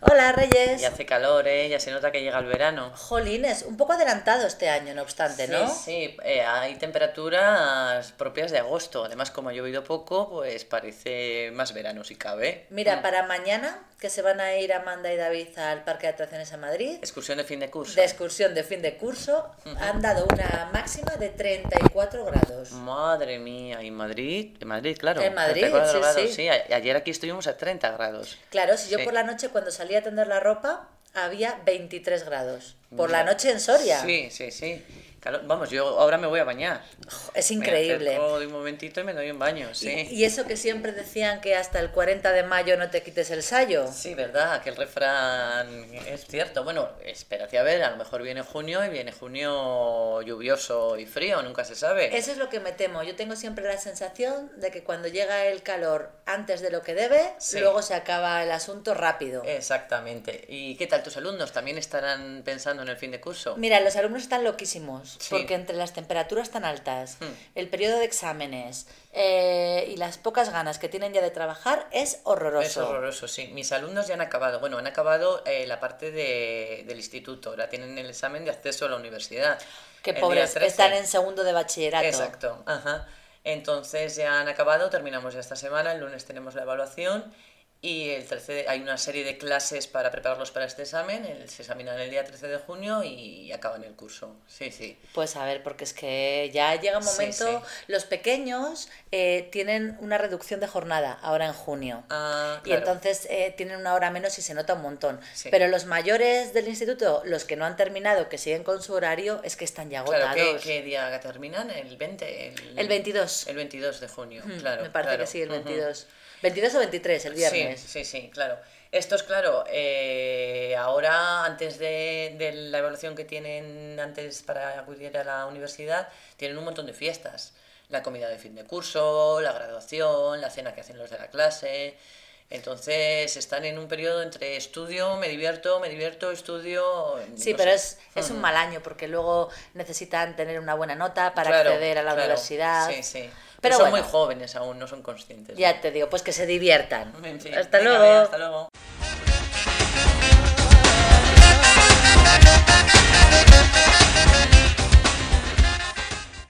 Hola Reyes. Ya hace calor, ¿eh? Ya se nota que llega el verano. Jolines, un poco adelantado este año, no obstante, ¿no? Sí, sí. eh, hay temperaturas propias de agosto. Además, como ha llovido poco, pues parece más verano si cabe. Mira, Mm. para mañana, que se van a ir Amanda y David al Parque de Atracciones a Madrid, Excursión de fin de curso. de excursión de fin de curso, han dado una máxima de 34 grados. Mm. Madre mía, ¿y Madrid? En Madrid, claro. En Madrid, 34 sí, grados, sí. a- Ayer aquí estuvimos a 30 grados. Claro, si yo Sí. por la noche cuando salí a tender la ropa, había 23 grados. Por la noche en Soria. Sí, sí, sí. Calor- Vamos, yo ahora me voy a bañar. Es Me increíble. acerco de un momentito y me doy un baño, sí. Y eso que siempre decían que hasta el 40 de mayo no te quites el sayo. Sí, verdad, que el refrán es cierto. Bueno, espérate a ver, a lo mejor viene junio y viene junio lluvioso y frío, nunca se sabe. Eso es lo que me temo. Yo tengo siempre la sensación de que cuando llega el calor antes de lo que debe, Sí. Eh. luego se acaba el asunto rápido. Exactamente. ¿Y qué tal tus alumnos? ¿También estarán pensando en el fin de curso? Mira, los alumnos están loquísimos, Sí. porque entre las temperaturas tan altas, Hmm. el periodo de exámenes eh, y las pocas ganas que tienen ya de trabajar es horroroso. Es horroroso, sí. Mis alumnos ya han acabado. Bueno, han acabado eh, la parte de- del instituto. Ahora tienen el examen de acceso a la universidad. Qué el día pobres, 13. están en segundo de bachillerato. Exacto, ajá. Entonces ya han acabado, terminamos ya esta semana, el lunes tenemos la evaluación y el 13 de- hay una serie de clases para prepararlos para este examen, el- se examinan el día 13 de junio y acaban el curso. Sí, sí. Pues a ver, porque es que ya llega un Sí, momento, los pequeños eh, tienen una reducción de jornada ahora en junio. Ah, Y claro. entonces eh, tienen una hora menos y se nota un montón. Sí. Pero los mayores del instituto, los que no han terminado, que siguen con su horario, es que están ya Claro, agotados. ¿qué, qué día terminan? ¿El 20? El, El 22. El 22 de junio, Mm, claro. Me parece claro. que sí, el Ujú. 22. 22 o 23, el viernes. Sí, sí, sí, claro. Esto es claro. eh, ahora, antes de, de la evaluación que tienen antes para acudir a la universidad, tienen un montón de fiestas. La comida de fin de curso, la graduación, la cena que hacen los de la clase. Entonces están en un periodo entre estudio, me divierto, me divierto, estudio. Sí, no pero sé. Mm. es, es un mal año porque luego necesitan tener una buena nota para Claro, acceder a la claro. universidad. Sí, sí. Pero, Pero son bueno. muy jóvenes aún, no son conscientes. Ya te digo, pues que se diviertan. En fin, Hasta venga, luego. Bea, hasta luego.